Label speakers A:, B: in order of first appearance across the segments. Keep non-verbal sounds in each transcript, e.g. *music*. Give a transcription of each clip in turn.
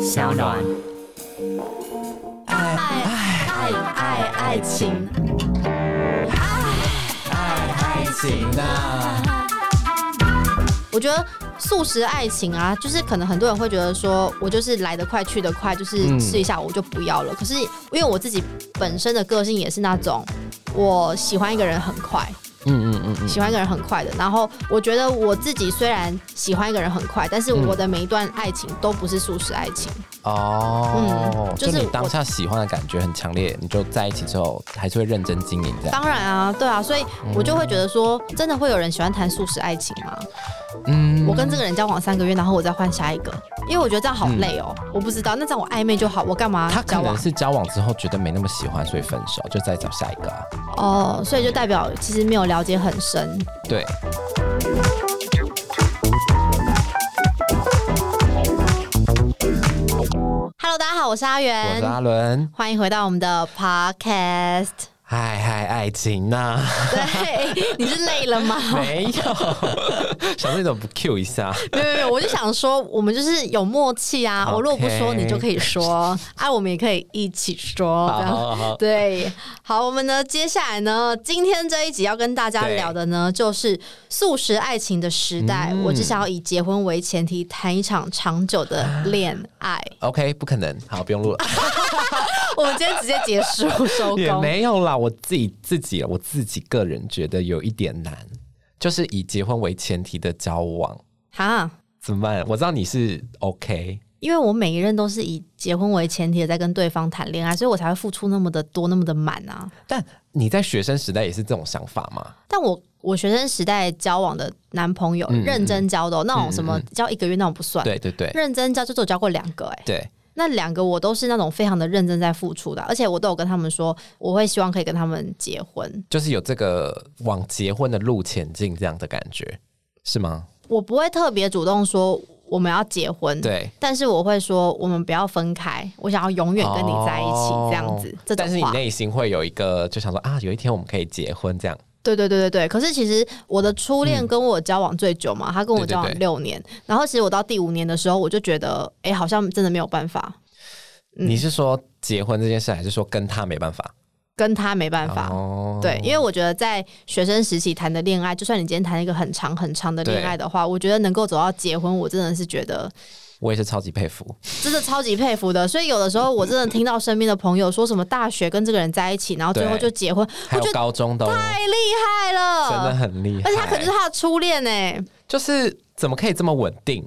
A: 小暖，
B: 爱爱爱爱情，
A: 爱情啊，
B: 我觉得素食爱情啊，就是可能很多人会觉得说，我就是来得快去得快，就是
A: 嗯
B: 吃一下我就不要了。可是因为我自己本身的个性也是那种，我喜欢一个人很快，
A: 嗯嗯嗯嗯，
B: 喜欢一个人很快的。然后我觉得我自己虽然喜欢一个人很
A: 嗯
B: 快，但是我的每一段爱情都不是素食爱情。
A: 哦
B: 嗯，
A: 就
B: 就是
A: 你当下喜欢的感觉很强烈，你就在一起之后还是会认真经营这样。
B: 当然啊，对啊，所以我就会觉得说，真的会有人喜欢谈素食爱情吗？
A: 嗯，
B: 我跟这个人交往三个月，然后我再换下一个，因为我觉得这样好累哦、我不知道，那这样我暧昧就好，我干嘛
A: 嗯他可
B: 交往
A: 能？是交往之后觉得没那么喜欢，所以分手，就再找下一个、啊。
B: 哦，所以就代表其实没有了解很深。
A: 对，
B: Hello，大家好，我是阿
A: 我是
B: 元，
A: 阿伦，
B: 欢迎回到我们的 Podcast。 *laughs*
A: 嗨嗨，爱情呐、
B: 对， *laughs* 你是累了吗？
A: *laughs* 没有，想说你怎么不 Q 一下？
B: 没有没有，我就想说，我们就是有默契啊。我如果不说，你就可以说；啊，我们也可以一起说。
A: 好
B: 这样
A: 好好，
B: 对，好，我们呢，接下来呢，今天这一集要跟大家
A: 对
B: 聊的呢，就是素食爱情的时代。
A: 嗯
B: 我只想要以结婚为前提，谈一场长久的恋爱。
A: OK，不可能，好，不用 *laughs* 录了，
B: *laughs* 我们今天直接结束 *laughs* 收
A: 也
B: 工。
A: 没有啦，我自己自己我自己个人觉得有一点难，就是以结婚为前提的交往，
B: 哈，
A: 怎么办？我知道你是 OK，
B: 因为我每一任都是以结婚为前提的在跟对方谈恋爱，所以我才会付出那么的多，那么的满啊。
A: 但你在学生时代也是这种想法吗？
B: 但我我学生时代交往的男朋友，
A: 嗯
B: 认真交的、哦，那种什么交一个月那种不算，
A: 对对对
B: 认真交就只有交过两个、哎。
A: 对，
B: 那两个我都是那种非常的认真在付出的，而且我都有跟他们说，我会希望可以跟他们结婚，
A: 就是有这个往结婚的路前进这样的感觉，是吗？
B: 我不会特别主动说我们要结婚，，
A: 对。
B: 但是我会说我们不要分开，我想要永远跟你在一起
A: 哦
B: 这样子，这
A: 但是
B: 种
A: 你
B: 话，
A: 内心会有一个就想说啊，有一天我们可以结婚这样。
B: 对对对对对。可是其实我的初恋跟我交往最久嘛，他跟
A: 嗯
B: 我
A: 对对
B: 交往
A: 对
B: 六年，然后其实我到第五年的时候，我就觉得，哎、好像真的没有办法嗯
A: 你是说结婚这件事，还是说跟他没办法？
B: 跟他没办法，
A: 哦
B: 对，因为我觉得在学生时期谈的恋爱，就算你今天谈一个很长很长的恋爱的话，我觉得能够走到结婚，我真的是觉得
A: 我也是超级佩服。
B: 真的超级佩服的。所以有的时候我真的听到身边的朋友说什么大学跟这个人在一起，然后最后就结婚，
A: 还有高中的哦，
B: 太厉害了，
A: 真的很厉害。
B: 而且他可能是他的初恋呢、欸
A: 就是怎么可以这么稳定？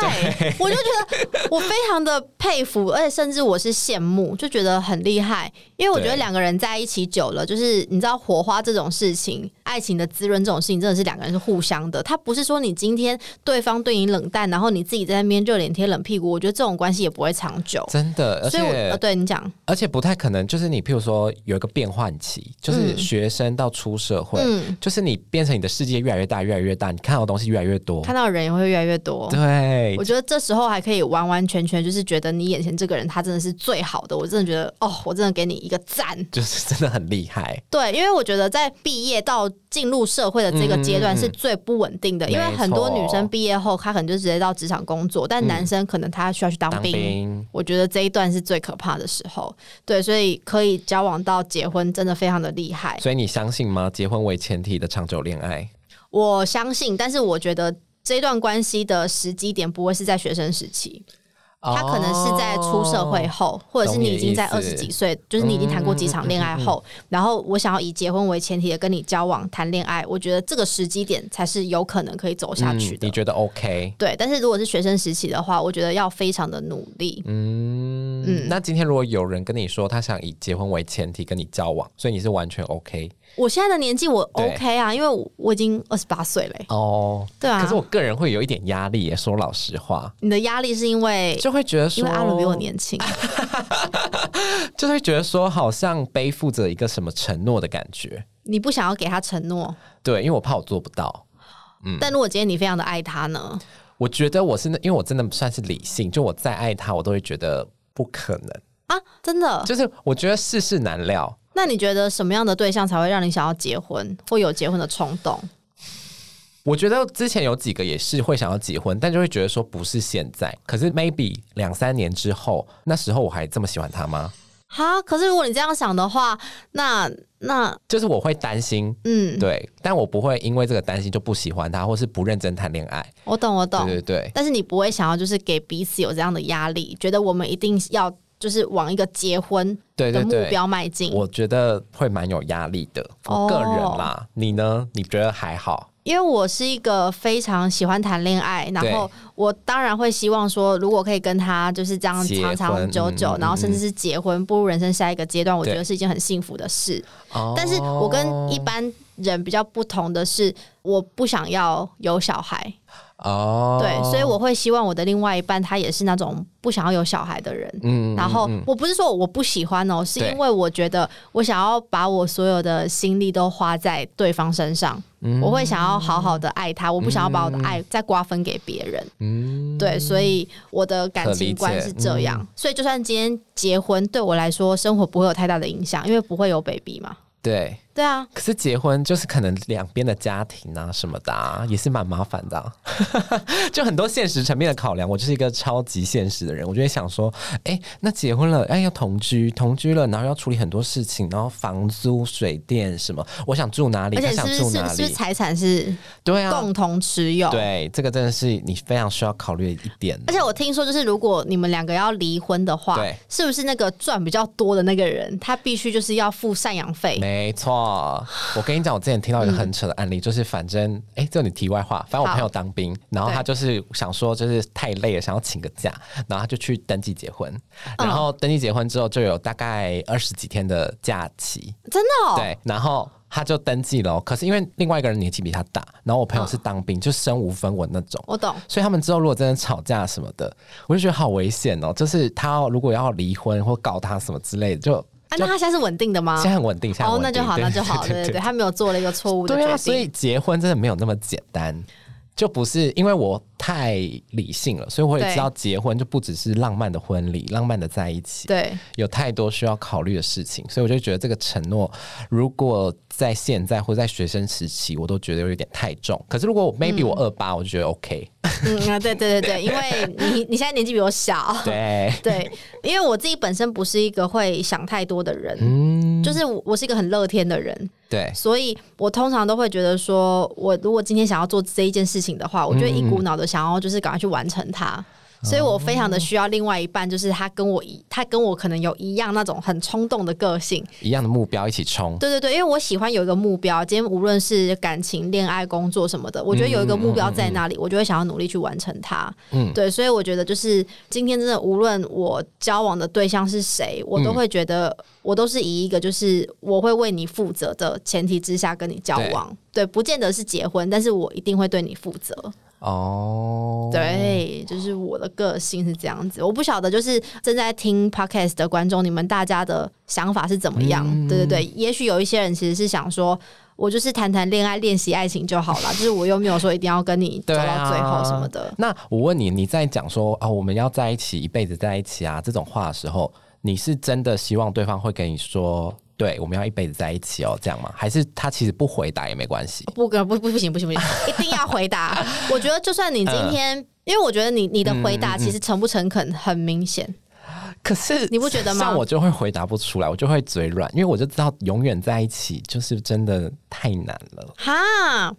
B: 对，我就觉得我非常的佩服，而且甚至我是羡慕，就觉得很厉害。因为我觉得
A: 对
B: 两个人在一起久了，就是你知道火花这种事情，爱情的滋润这种事情，真的是两个人是互相的。他不是说你今天对方对你冷淡，然后你自己在那边热脸贴冷屁股，我觉得这种关系也不会长久。
A: 真的，而
B: 所以我，呃，
A: 且
B: 对你讲，
A: 而且不太可能。就是你，譬如说有一个变换期，就是学生到出社会，
B: 嗯，
A: 就是你变成你的世界越来越大，越来越大，你看到的东西越来越多。
B: 看到的人也会越来越多。
A: 对
B: 我，觉得这时候还可以完完全全就是觉得你眼前这个人他真的是最好的，我真的觉得哦，我真的给你一个赞。
A: 就是真的很厉害。
B: 对，因为我觉得在毕业到进入社会的这个阶
A: 嗯
B: 段
A: 嗯嗯
B: 是最不稳定的，因为
A: 没
B: 很多
A: 错嗯
B: 女生毕业后，她可能就直接到职场工作，但男生可能他需要去当
A: 当
B: 兵。
A: 兵，
B: 我觉得这一段是最可怕的时候，对，所以可以交往到结婚，真的非常的厉害。
A: 所以你相信吗？结婚为前提的长久恋爱，
B: 我相信，但是我觉得这段关系的时机点不会是在学生时期，他可能是在出社会
A: 哦
B: 后，或者是你已经在
A: 懂
B: 二
A: 你的意
B: 十
A: 思嗯
B: 几岁，就是你已经谈过几场恋爱后，然后我想要以结婚为前提的跟你交往谈恋爱，我觉得这个时机点才是有可能可以走下去
A: 嗯
B: 的。
A: 你觉得 OK？
B: 对，但是如果是学生时期的话，我觉得要非常的努力。
A: 嗯
B: 嗯
A: 那今天如果有人跟你说他想以结婚为前提跟你交往，所以你是完全 OK
B: 我现在的年纪我
A: 对
B: OK 啊，因为我我已经二十八岁了欸、
A: 哦。
B: 对啊
A: 可是我个人会有一点压力耶，说老实话，
B: 你的压力是因为
A: 就会觉得
B: 因
A: 说，
B: 为阿伦比我年轻，啊
A: 就会觉得说好像背负着一个什么承诺的感觉。
B: 你不想要给他承诺，
A: 对，因为我怕我做不到。嗯
B: 但如果今天你非常的爱他呢？
A: 我觉得我是那，因为我真的算是理性，就我再爱他，我都会觉得不可能。
B: 啊，真的？
A: 就是我觉得世事难料，
B: 那你觉得什么样的对象才会让你想要结婚或有结婚的冲动？
A: 我觉得之前有几个也是会想要结婚，但就会觉得说不是现在，可是 maybe 两三年之后，那时候我还这么喜欢他吗？
B: 哈，可是如果你这样想的话，那那
A: 就是我会担心，
B: 嗯，
A: 对，但我不会因为这个担心就不喜欢他，或是不认真谈恋爱。
B: 我懂我懂
A: 对对对，
B: 但是你不会想要就是给彼此有这样的压力，觉得我们一定要就是往一个结婚
A: 对
B: 的
A: 对
B: 目
A: 对
B: 标迈进。
A: 我觉得会蛮有压力的。
B: 哦
A: 我个人啦，你呢？你觉得还好？
B: 因为我是一个非常喜欢谈恋爱，然后我当然会希望说，如果可以跟他就是这样
A: 结
B: 长
A: 婚
B: 长久久，
A: 嗯嗯
B: 然后甚至是结婚，步入人生下一个阶段，我觉
A: 对
B: 得是一件很幸福的事。
A: 哦
B: 但是我跟一般人比较不同的是，我不想要有小孩，
A: 哦，
B: 对，所以我会希望我的另外一半他也是那种不想要有小孩的人。
A: 嗯
B: 然后我不是说我不喜欢哦，是
A: 对
B: 因为我觉得我想要把我所有的心力都花在对方身上，
A: 嗯
B: 我会想要好好的爱他，我不想要把我的爱再瓜分给别人。
A: 嗯
B: 对，所以我的感情观是这样，所以就算今天结婚，对我来说生活不会有太大的影响，因为不会有 baby 嘛。
A: 对。
B: 对啊，
A: 可是结婚就是可能两边的家庭啊什么的、啊，也是蛮麻烦的啊、 *laughs* 就很多现实层面的考量。我就是一个超级现实的人，我就会想说，哎、那结婚了，哎、要同居，同居了，然后要处理很多事情，然后房租、水电什么，我想住哪里，
B: 而且
A: 他
B: 是
A: 想
B: 不是
A: 住
B: 是不
A: 哪
B: 是不是
A: 里，
B: 财产是
A: 对啊，
B: 共同持有？
A: 对，这个真的是你非常需要考虑的一点。
B: 而且我听说，就是如果你们两个要离婚的话
A: 对，
B: 是不是那个赚比较多的那个人，他必须就是要付赡养费？
A: 没错，我跟你讲，我之前听到一个很扯的案例，就是反正哎，这你题外话，反正我
B: 好
A: 朋友当兵，然后
B: 对
A: 他就是想说，就是太累了，想要请个假，然后他就去登记结婚，
B: 嗯
A: 然后登记结婚之后就有大概二十几天的假期，
B: 真的、哦？
A: 对，然后他就登记了哦，可是因为另外一个人年纪比他大，然后我朋友是当兵，就身无分文那种，
B: 嗯我懂。
A: 所以他们之后如果真的吵架什么的，我就觉得好危险哦，就是他要如果要离婚或告他什么之类的，就
B: 啊，那他现在是稳定的吗
A: 现？在很稳定，现在很
B: 哦，
A: 稳
B: 那
A: 定
B: 就好，
A: 对
B: 那就好，对对对，他没有做了一个错误的决
A: 对
B: 定。
A: 啊，所以结婚真的没有那么简单，就不是因为我太理性了，所以我也
B: 对
A: 知道结婚就不只是浪漫的婚礼，浪漫的在一起，
B: 对
A: 有太多需要考虑的事情，所以我就觉得这个承诺，如果在现在或在学生时期，我都觉得有点太重。可是如果我 maybe 我二八，我就觉得 OK，
B: 嗯，啊对对对对，因为你你现在年纪比我小，
A: 对，
B: *laughs* 对，因为我自己本身不是一个会想太多的人，
A: 嗯，
B: 就是我我是一个很乐天的人，
A: 对，
B: 所以我通常都会觉得说，我如果今天想要做这一件事情的话，我就会一股脑的想要就是赶快去完成它。所以我非常的需要另外一半，就是他跟我一，他跟我可能有一样那种很冲动的个性。
A: 一样的目标一起冲，
B: 对对对，因为我喜欢有一个目标，今天无论是感情、恋爱、工作什么的，我觉得有一个目标在那里，我就会想要努力去完成它。
A: 嗯
B: 对，所以我觉得就是今天真的，无论我交往的对象是谁，我都会觉得我都是以一个就是我会为你负责的前提之下跟你交往。对，不见得是结婚，但是我一定会对你负责。
A: 哦，，
B: 对，就是我的个性是这样子。我不晓得，就是正在听 podcast 的观众，你们大家的想法是怎么样？
A: 嗯
B: 对对对，也许有一些人其实是想说，我就是谈谈恋爱，练习爱情就好了，就是我又没有说一定要跟
A: *laughs*
B: 你走
A: 对
B: 到
A: 啊
B: 最后什么的。
A: 那我问你，你在讲说啊、我们要在一起一辈子在一起啊这种话的时候，你是真的希望对方会跟你说，对，我们要一辈子在一起哦，这样吗？还是他其实不回答也没关系？
B: 不不不不不行不行不行，一定要回 *laughs* 答。我觉得就算你今
A: 嗯
B: 天，因为我觉得你你的回答其实诚不诚恳很明显。
A: 可是
B: 你不觉得吗
A: 像我就会回答不出来，我就会嘴软，因为我就知道永远在一起就是真的太难了。
B: 哈，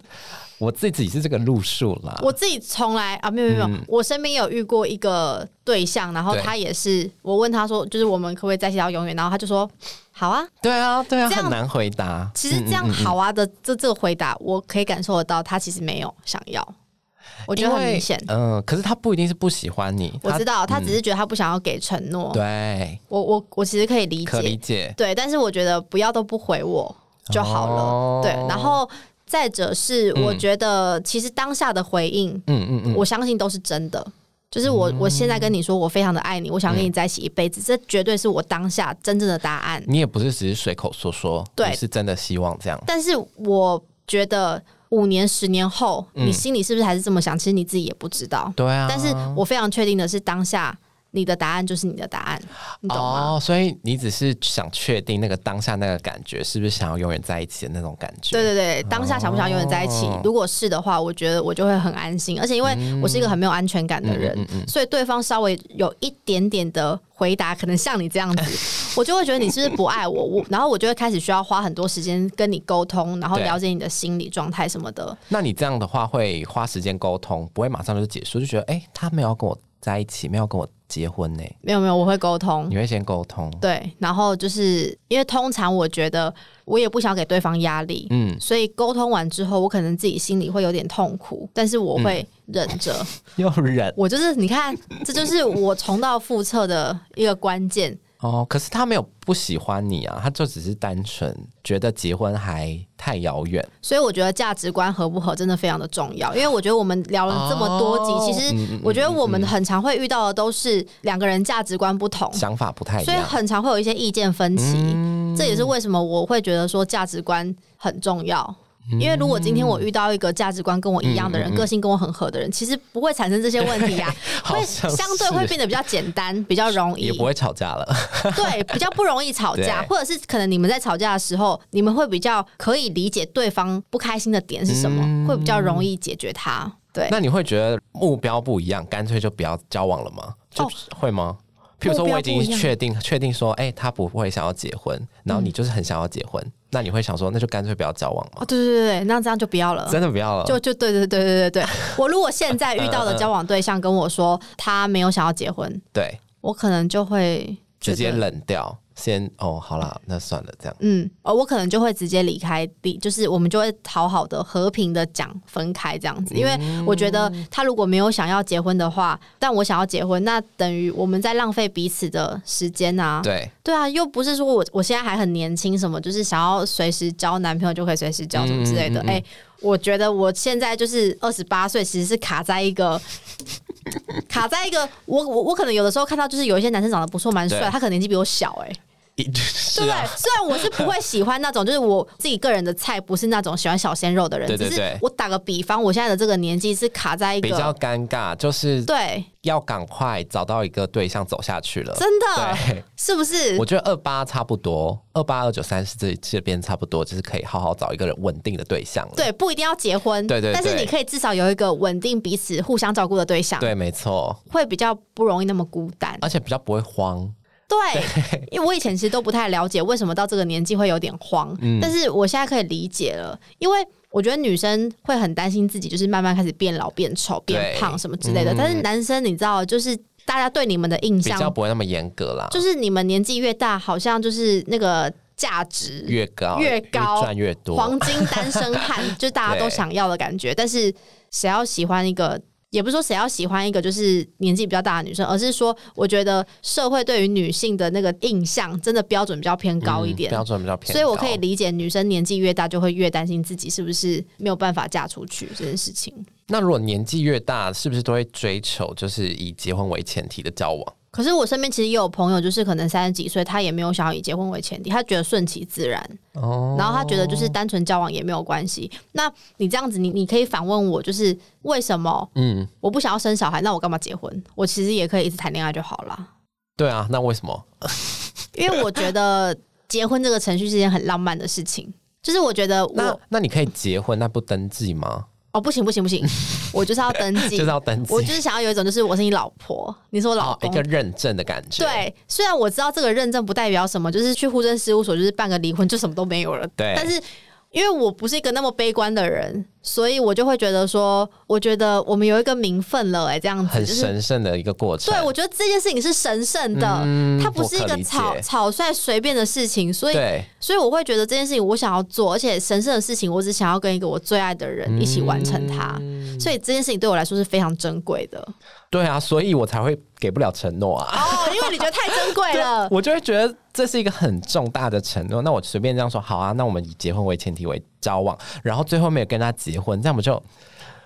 A: 我自己是这个路数啦，
B: 我自己从来啊，没有没有，没有，我身边有遇过一个对象，然后
A: 嗯对
B: 他也是，我问他说，就是我们可不可以在一起到永远？然后他就说好啊。
A: 对啊，对啊，
B: 这样
A: 很难回答。
B: 其实
A: 嗯
B: 这样好啊的这这个回答，我可以感受得到，他其实没有想要，我觉得很明显。
A: 嗯、呃可是他不一定是不喜欢你，
B: 我
A: 他
B: 知道他只是觉得他不想要给承诺，
A: 对，
B: 我我我其实可以理
A: 可
B: 解，
A: 理解。
B: 对，但是我觉得不要都不回我就好了，
A: 哦
B: 对。然后再者是，我觉得其实当下的回应，
A: 嗯嗯嗯，
B: 我相信都是真的。就是我，我现在跟你说，我非常的爱你，我想
A: 嗯
B: 跟你在一起一辈子，这绝对是我当下真正的答案。
A: 你也不是只是随口说说，
B: 对
A: 你是真的希望这样。
B: 但是我觉得五年、十年
A: 嗯
B: 后，你心里是不是还是这么想？其实你自己也不知道。
A: 对啊，
B: 但是我非常确定的是，当下你的答案就是你的答案，你懂吗？
A: 哦，所以你只是想确定那个当下那个感觉，是不是想要永远在一起的那种感觉？
B: 对对对，当下想不想永远在一起？
A: 哦嗯
B: 如果是的话，我觉得我就会很安心，而且因为我是一个很没有安全感的人，
A: 嗯嗯嗯
B: 所以对方稍微有一点点的回答，可能像你这样子，
A: *laughs*
B: 我就会觉得你是不是不爱我？我然后我就会开始需要花很多时间跟你沟通，然后
A: 对
B: 了解你的心理状态什么的。
A: 那你这样的话会花时间沟通，不会马上就结束，就觉得哎、诶他没有要跟我在一起，没有要跟我结婚呢、
B: 没有没有，我会沟通
A: 你。会先沟通，
B: 对，然后就是因为通常我觉得我也不想给对方压力，
A: 嗯，
B: 所以沟通完之后，我可能自己心里会有点痛苦，但是我会忍着。
A: 又忍
B: 我就是你看，这就是我重蹈覆辙的一个关键。
A: 哦。可是他没有不喜欢你啊，他就只是单纯觉得结婚还太遥远。
B: 所以我觉得价值观合不合真的非常的重要，因为我觉得我们聊了这么多集，
A: 哦
B: 其实我觉得我们很常会遇到的都是两个人价值观不同，
A: 想法不太一
B: 所以
A: 样。
B: 很常会有一些意见分歧。
A: 嗯
B: 这也是为什么我会觉得说价值观很重要。因为如果今天我遇到一个价值观跟我一样
A: 嗯
B: 的人，个性跟我很合的人，其实不会产生这些问题呀、
A: *laughs* 好
B: 会
A: 像
B: 相对会
A: 是
B: 变得比较简单，比较容易
A: 也，不会吵架了， *laughs*
B: 对，比较不容易吵架，
A: 对
B: 或者是可能你们在吵架的时候，你们会比较可以理解对方不开心的点是什么，会比较容易解决它。对，
A: 嗯那你会觉得目标不一样，干脆就不要交往了吗？就
B: 哦
A: 会吗？譬如说，
B: 目标
A: 我已经
B: 不一样嗯
A: 确定确定说，哎、他不会想要结婚，然后你就是很想要结婚，那你会想说，那就干脆不要交往吗？
B: 哦，对对对对，那这样就不要了。
A: 真的不要了，
B: 哦就就对对对对
A: *laughs*
B: 对对，我如果现在遇到
A: 嗯
B: 的交往对象跟我说他没有想要结婚，
A: 对，
B: 我可能就会觉
A: 直
B: 得
A: 接冷掉，先哦，好啦，那算了，这样。
B: 嗯，呃，我可能就会直接离开地，就是我们就会好好的、和平的讲分开这样子，因为我觉得
A: 嗯
B: 他如果没有想要结婚的话，但我想要结婚，那等于我们在浪费彼此的时间啊。
A: 对，
B: 对啊，又不是说我我现在还很年轻，什么就是想要随时交男朋友就可以随时交什么之
A: 嗯
B: 类的。哎、我觉得我现在就是二十八岁，其实是卡在一个卡在一个我我我可能有的时候看到就是有一些男生长得不错，蛮帅
A: 对，
B: 他可能年纪比我小、哎。
A: 一 *laughs*
B: 对
A: 是
B: 不对
A: 啊，？
B: 虽然我是不会喜欢那种，就是我自己个人的菜不是那种喜欢小鲜肉的人，
A: 对对
B: 只
A: 对
B: 是我打个比方，我现在的这个年纪是卡在一
A: 比较
B: 个
A: 尴尬，就是
B: 对，
A: 要赶快找到一个对象走下去了。
B: 真的
A: 对，
B: *laughs* 是不是
A: 我？觉得二八差不多，二八二九三十这这边差不多，就是可以好好找一个人稳定的对象了。
B: 对，不一定要结婚，
A: 对对对
B: 但是你可以至少有一个稳定彼此、互相照顾的对象，
A: 对，没错，
B: 会比较不容易那么孤单。
A: 而且比较不会慌。
B: 对，因为我以前其实都不太了解为什么到这个年纪会有点慌，
A: 嗯
B: 但是我现在可以理解了，因为。我觉得女生会很担心自己，就是慢慢开始变老、变丑、变
A: 对嗯
B: 胖什么之类的。但是男生，你知道，就是大家对你们的印
A: 比较
B: 象，
A: 不会那么严格啦，
B: 就是你们年纪越大，好像就是那个价值
A: 越高
B: 越高
A: 赚越多。
B: 黄金单身汉，
A: *laughs*
B: 就是大家都
A: 对
B: 想要的感觉。但是谁要喜欢一个，也不是说谁要喜欢一个就是年纪比较大的女生，而是说我觉得社会对于女性的那个印象真的标准比较偏高一
A: 嗯
B: 点。
A: 标准比较偏高，
B: 所以，我可以理解女生年纪越大，就会越担心自己是不是没有办法嫁出去这件事情。
A: 那如果年纪越大，是不是都会追求就是以结婚为前提的交往？
B: 可是我身边其实也有朋友，就是可能三十几岁，他也没有想要以结婚为前提，他觉得顺其自然，
A: 哦，
B: 然后他觉得就是单纯交往也没有关系。那你这样子，你你可以反问我，就是为什么
A: 嗯，
B: 我不想要生小孩，那我干嘛结婚？我其实也可以一直谈恋爱就好啦。
A: 对啊，那为什么？
B: 因为我
A: *laughs*
B: 觉得结婚这个程序是一件很浪漫的事情。就是我觉得
A: 那
B: 我
A: 那你可以结婚，那不登记吗？
B: 哦不行不行不行，
A: *laughs*
B: 我就是要登
A: 就
B: 记
A: 是，要登记，
B: 我就是想要有一种就是我是你老婆，你是我老
A: 哦一
B: 公。
A: 个认证的感觉。
B: 对，虽然我知道这个认证不代表什么，就是去户政事务所就是办个离婚就什么都没有了，
A: 对，
B: 但是因为我不是一个那么悲观的人，所以我就会觉得说，我觉得我们有一个名分了、哎，这样子
A: 很
B: 就是。
A: 神圣的一个过程。
B: 对，我觉得这件事情是神圣的，
A: 嗯
B: 它不是一
A: 我可
B: 个
A: 理解
B: 草草率随便的事情，所以
A: 对
B: 所以我会觉得这件事情我想要做，而且神圣的事情，我只想要跟一个我最爱的人一起完成它，
A: 嗯
B: 所以这件事情对我来说是非常珍贵的。
A: 对啊，所以我才会给不了承诺啊。
B: 哦，因为你觉得太珍贵 *laughs* 了，
A: 我就会觉得这是一个很重大的承诺。那我随便这样说，好啊，那我们以结婚为前提为交往，然后最后没有跟他结婚，这样我就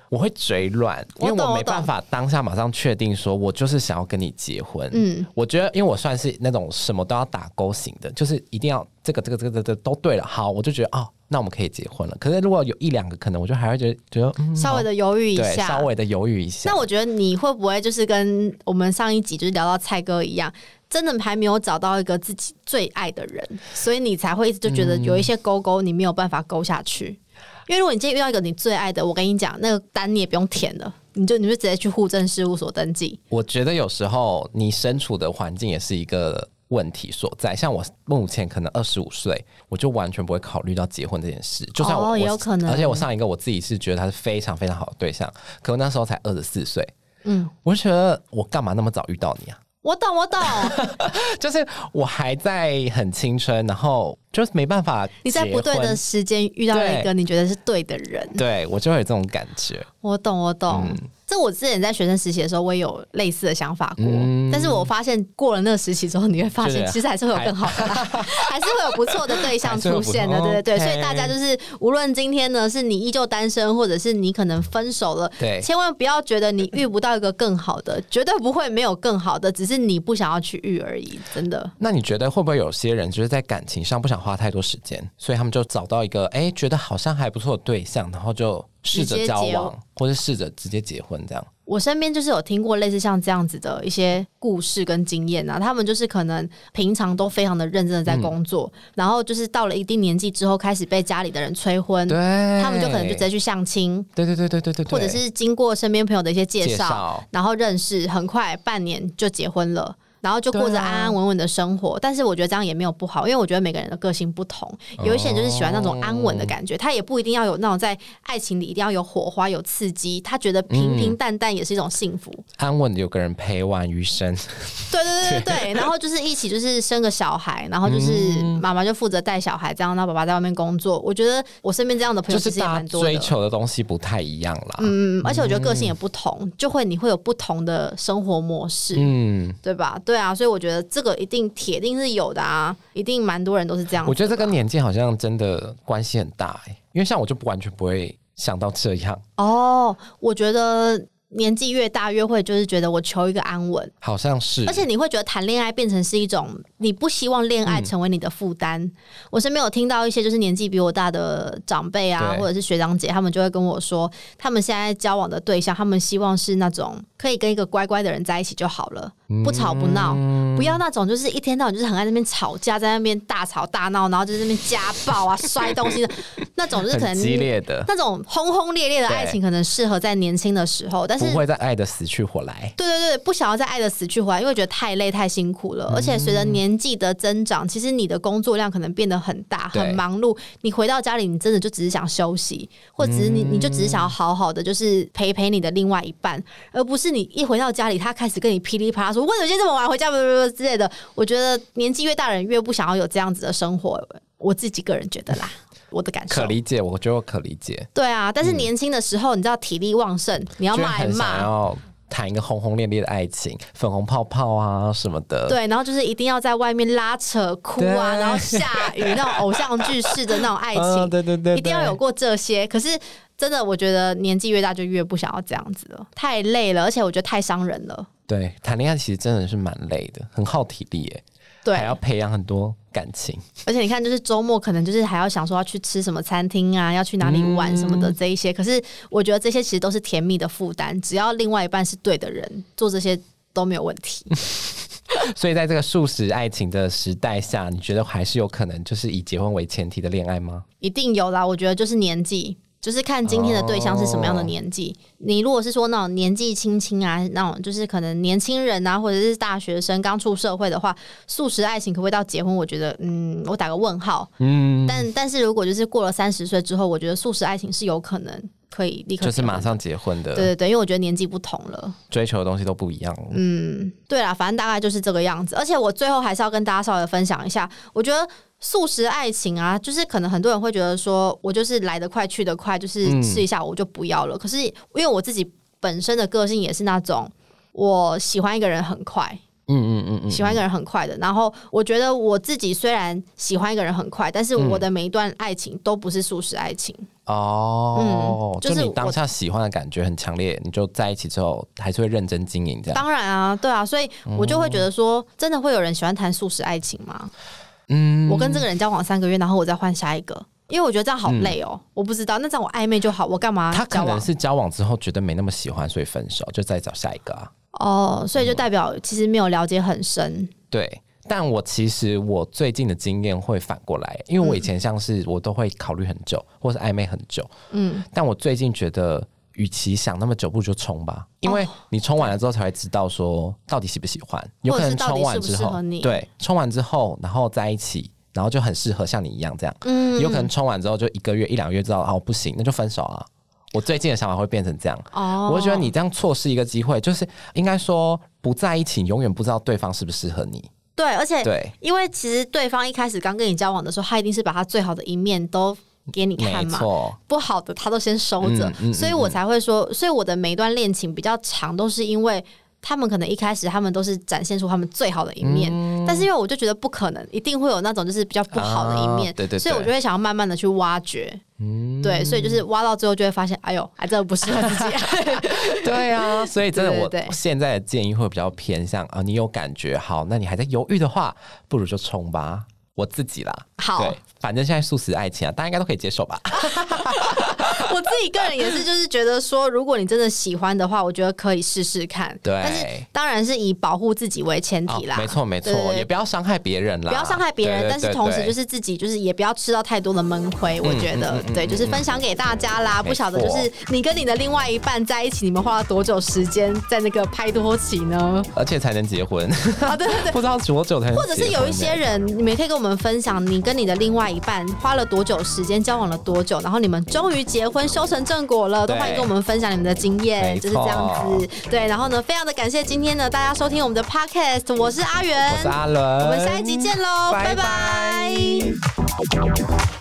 A: 我会嘴软，因为
B: 我懂
A: 我
B: 我
A: 没办法当下马上确定说，我就是想要跟你结婚。
B: 嗯
A: 我觉得，因为我算是那种什么都要打勾型的，就是一定要这个、这个、这个、这个都对了，好，我就觉得哦，那我们可以结婚了。可是如果有一两个可能，我就还会觉得觉得、嗯、
B: 稍微的犹豫一
A: 对，
B: 下，
A: 稍微的犹豫一下
B: 那。我觉得你会不会就是跟我们上一集就是聊到蔡哥一样，真的还没有找到一个自己最爱的人，所以你才会一直就觉得有一些勾勾你没有办法勾下去。因为如果你今天遇到一个你最爱的，我跟你讲，那个单你也不用填了，你就你就直接去户政事务所登记。
A: 我觉得有时候你身处的环境也是一个问题所在。像我目前可能二十五岁，我就完全不会考虑到结婚这件事。就算我、
B: 哦
A: 我
B: 也有可能
A: 而且我上一个我自己是觉得他是非常非常好的对象，可我那时候才二十四岁，
B: 嗯，
A: 我就觉得我干嘛那么早遇到你啊？ *laughs*
B: 我懂，我懂，
A: 就是我还在很青春，然后就是没办法
B: 你在不对
A: 结
B: 的
A: 婚
B: 时间遇到了一个你觉得是对的人。
A: 对我就会有这种感觉。
B: 我懂，我懂。
A: 嗯
B: 这我之前在学生实习的时候，我也有类似的想法过，
A: 嗯
B: 但是我发现过了那个时期之后，你会发
A: 就
B: 现
A: 是啊
B: 其实还是会有更好
A: *laughs*
B: 的啦，还是会有不错的对象出现的，
A: 还是会
B: 对
A: 有不错哦
B: 对对。
A: OK
B: 所以大家就是，无论今天呢是你依旧单身，或者是你可能分手了，
A: 对
B: 千万不要觉得你遇不到一个更好的，绝对不会没有更好的，只是你不想要去遇而已，真的。
A: 那你觉得会不会有些人就是在感情上不想花太多时间，所以他们就找到一个哎、觉得好像还不错的对象，然后就试
B: 直
A: 着
B: 接
A: 交
B: 结
A: 往，或者试着直接结婚这样？
B: 我身边就是有听过类似像这样子的一些故事跟经验啊，他们就是可能平常都非常的认真的在
A: 嗯
B: 工作，然后就是到了一定年纪之后，开始被家里的人催婚，
A: 对，
B: 他
A: 他
B: 们就可能就直接去相亲，
A: 对对对对对对，对
B: 或者是经过身边朋友的一些介
A: 介
B: 绍，
A: 绍。
B: 然后认识，很快半年就结婚了。然后就过
A: 对
B: 着
A: 啊
B: 安安稳稳的生活，但是我觉得这样也没有不好，因为我觉得每个人的个性不同，有一些人就是喜欢那种安稳的感觉，
A: 哦
B: 他也不一定要有那种在爱情里一定要有火花、有刺激，他
A: 嗯
B: 觉得平平淡淡也是一种幸福。
A: 安稳的有个人陪完余生，
B: 对对对对 *laughs* 对，然后就是一起就是生个小孩，然后就是
A: 嗯
B: 妈妈就负责带小孩，这样让爸爸在外面工作。我觉得我身边这样的朋
A: 就
B: 友其
A: 是
B: 实也
A: 大
B: 蛮
A: 家
B: 多的
A: 追。求的东西不太一样啦。
B: 嗯，而且我觉得个性也不同，就会你会有不同的生活模式，
A: 嗯，
B: 对吧？对啊，所以我觉得这个一定铁定是有的啊，一定蛮多人都是这样子。
A: 我觉得这跟年纪好像真的关系很大哎、因为像我就不完全不会想到这样，
B: 哦，我觉得年纪越大越会就是觉得我求一个安稳，
A: 好像是，
B: 而且你会觉得谈恋爱变成是一种你不希望恋
A: 嗯
B: 爱成为你的负担。我身边有听到一些就是年纪比我大的长辈啊，
A: 对
B: 或者是学长姐，他们就会跟我说，他们现在交往的对象，他们希望是那种可以跟一个乖乖的人在一起就好了，
A: 嗯
B: 不吵不闹。不要那种就是一天到晚就是很爱那边吵架，在那边大吵大闹，然后就是那边家
A: *laughs*
B: 暴啊、摔东西的那种，就是可
A: 很
B: 能
A: 激烈的，
B: 那种轰轰烈烈的爱情，可能适合在年轻的时候，但是
A: 不会再爱的死去活来。
B: 对对对，不想要再爱的死去活啊来，因为觉得太累太辛苦
A: 嗯
B: 了。而且随着年纪的增长，其实你的工作量可能变得很大，
A: 对
B: 很忙碌。你回到家里，你真的就只是想休息，或者只是你
A: 嗯
B: 你就只是想要好好的，就是陪陪你的另外一半，而不是你一回到家里，他开始跟你噼里啪啦说：“为什么今天这么晚回家？”不不不之类的。我觉得年纪越大人越不想要有这样子的生活，我自己个人觉得啦，我的感受
A: 可。理解，我觉得我可理解，
B: 对啊，但是年轻的时候，你知道体力旺盛，你要
A: 就
B: 骂一
A: 很想
B: 骂，
A: 要谈一个轰轰烈烈的爱情，粉红泡泡啊什么的。
B: 对，然后就是一定要在外面拉扯、哭啊，
A: 对
B: 然后下雨那种偶像剧式的那种爱情，
A: 嗯 *laughs* 对对对，
B: 一定要
A: 对
B: 有过这些。可是真的，我觉得年纪越大就越不想要这样子了，太累了，而且我觉得太伤人了。
A: 对谈恋爱，其实真的是蛮累的，很耗体力耶，
B: 对
A: 还，要培养很多感情。 *laughs*
B: 而且你看，就是周末可能就是还要想说要去吃什么餐厅啊，要去哪里玩什
A: 嗯
B: 么的这一些。可是我觉得这些其实都是甜蜜的负担，只要另外一半是对的人，做这些都没有问题。
A: 所以在这个素食爱情的时代下，你觉得还是有可能就是以结婚为前提的恋爱吗？
B: 一定有啦，我觉得就是年纪，就是看今天的对象是什么
A: 哦
B: 样的年纪。你如果是说那种年纪轻轻啊，那种就是可能年轻人啊，或者是大学生刚出社会的话，素食爱情可不可以到结婚？我觉得，嗯，我打个问号。
A: 嗯，
B: 但但是如果就是过了三十岁之后，我觉得素食爱情是有可能可以立刻
A: 就是
B: 结婚
A: 马。上结婚
B: 对
A: 的，
B: 对对，因为我觉得年纪不同了。
A: 追求的东西都不一样了。
B: 嗯，对啦，反正大概就是这个样子。而且我最后还是要跟大家稍微分享一下，我觉得素食爱情啊，就是可能很多人会觉得说，我就是来得快去得快，就是吃一下我就不要了。可是因为我自己本身的个性也是那种，我喜欢一个人很快，
A: 嗯嗯嗯嗯，
B: 喜欢一个人很快的。然后我觉
A: 嗯
B: 得我自己虽然喜欢一个人很快，但是我的每一段爱情都不是素食爱情。
A: 哦，
B: 嗯就是
A: 你当
B: 我
A: 下喜欢的感觉很强烈，你就在一起之后还是会认真经营这样。
B: 当然啊，对啊，所以我就会觉得说，真的会有人喜欢谈素食爱情吗？
A: 嗯
B: 我跟这个人交往三个月，然后我再换下一个，因为我觉得这样好累哦。我不知道，那这样我暧昧就好，我干嘛
A: 他可
B: 啊交
A: 能
B: 往？
A: 是交往之后觉得没那么喜欢，所以分手，就再找下一个啊。
B: 哦，所以就代表其实没有了解很深。
A: 对，但我其实我最近的经验会反过来，因为我以前像是我都会考虑很久，或是暧昧很久，
B: 嗯，
A: 但我最近觉得，与其想那么久，不如就冲吧，
B: 哦
A: 因为你冲完了之后才会知道说到底喜不喜欢，有可能冲完之
B: 或者是到底适不适
A: 后
B: 合，你
A: 对，冲完之后然后在一起，然后就很适合像你一样这样，
B: 嗯
A: 有可能冲完之后就一个月一两个月知道哦不行，那就分手啊。我最近的想法会变成这样，
B: 哦，
A: 我会觉得你这样错失一个机会，就是应该说不在一起，永远不知道对方适不适合你。
B: 对，而且
A: 对，
B: 因为其实对方一开始刚跟你交往的时候，他一定是把他最好的一面都给你
A: 没
B: 看嘛，
A: 错，
B: 不好的他都先收着，
A: 嗯嗯嗯
B: 所以我才会说，所以我的每一段恋情比较长，都是因为。他们可能一开始他们都是展现出他们最好的一面，
A: 嗯
B: 但是因为我就觉得不可能，一定会有那种就是比较不好的一面，
A: 啊对对对
B: 所以我就会想要慢慢的去挖掘，
A: 嗯，
B: 对，所以就是挖到最后就会发现，哎呦，还真的不适合自己，
A: *laughs* 对啊，所以真的
B: *laughs* 对对
A: 我
B: 对
A: 我现在的建议会比较偏向啊，你有感觉好，那你还在犹豫的话，不如就冲吧。我自己啦，
B: 好
A: 对，反正现在素食爱情啊，大家应该都可以接受吧？
B: 我自己个人也是，就是觉得说，如果你真的喜欢的话，我觉得可以试试看。
A: 对哦
B: 但是当然是以保护自己为前提啦。
A: 没错没错
B: 对对，对
A: 也不要伤害别人啦，
B: 不要伤害别人，
A: 对
B: 但是同时就。
A: 对对对嗯
B: 是自己，就是也不要吃到太多的闷亏。我觉得，对，就是分享给大家啦。不晓得就是你跟你的另外一半在一起，你们花了多久时间在那个拍拖期呢？
A: 而且才能结婚，
B: *laughs* 啊，对对对。
A: 不知道多久才能结婚呢。
B: 或者是有一些人，你们也可以跟我们分享，你跟你的另外一半花了多久时间，交往了多久，然后你们终于结婚，修成正果了，都
A: 对
B: 欢迎跟我们分享你们的经验，
A: 没
B: 就是这样子。对，然后呢，非常的感谢今天呢大家收听我们的 podcast，我是阿元，
A: 我是阿伦，
B: 我们下一集见喽，
A: 拜
B: 拜拜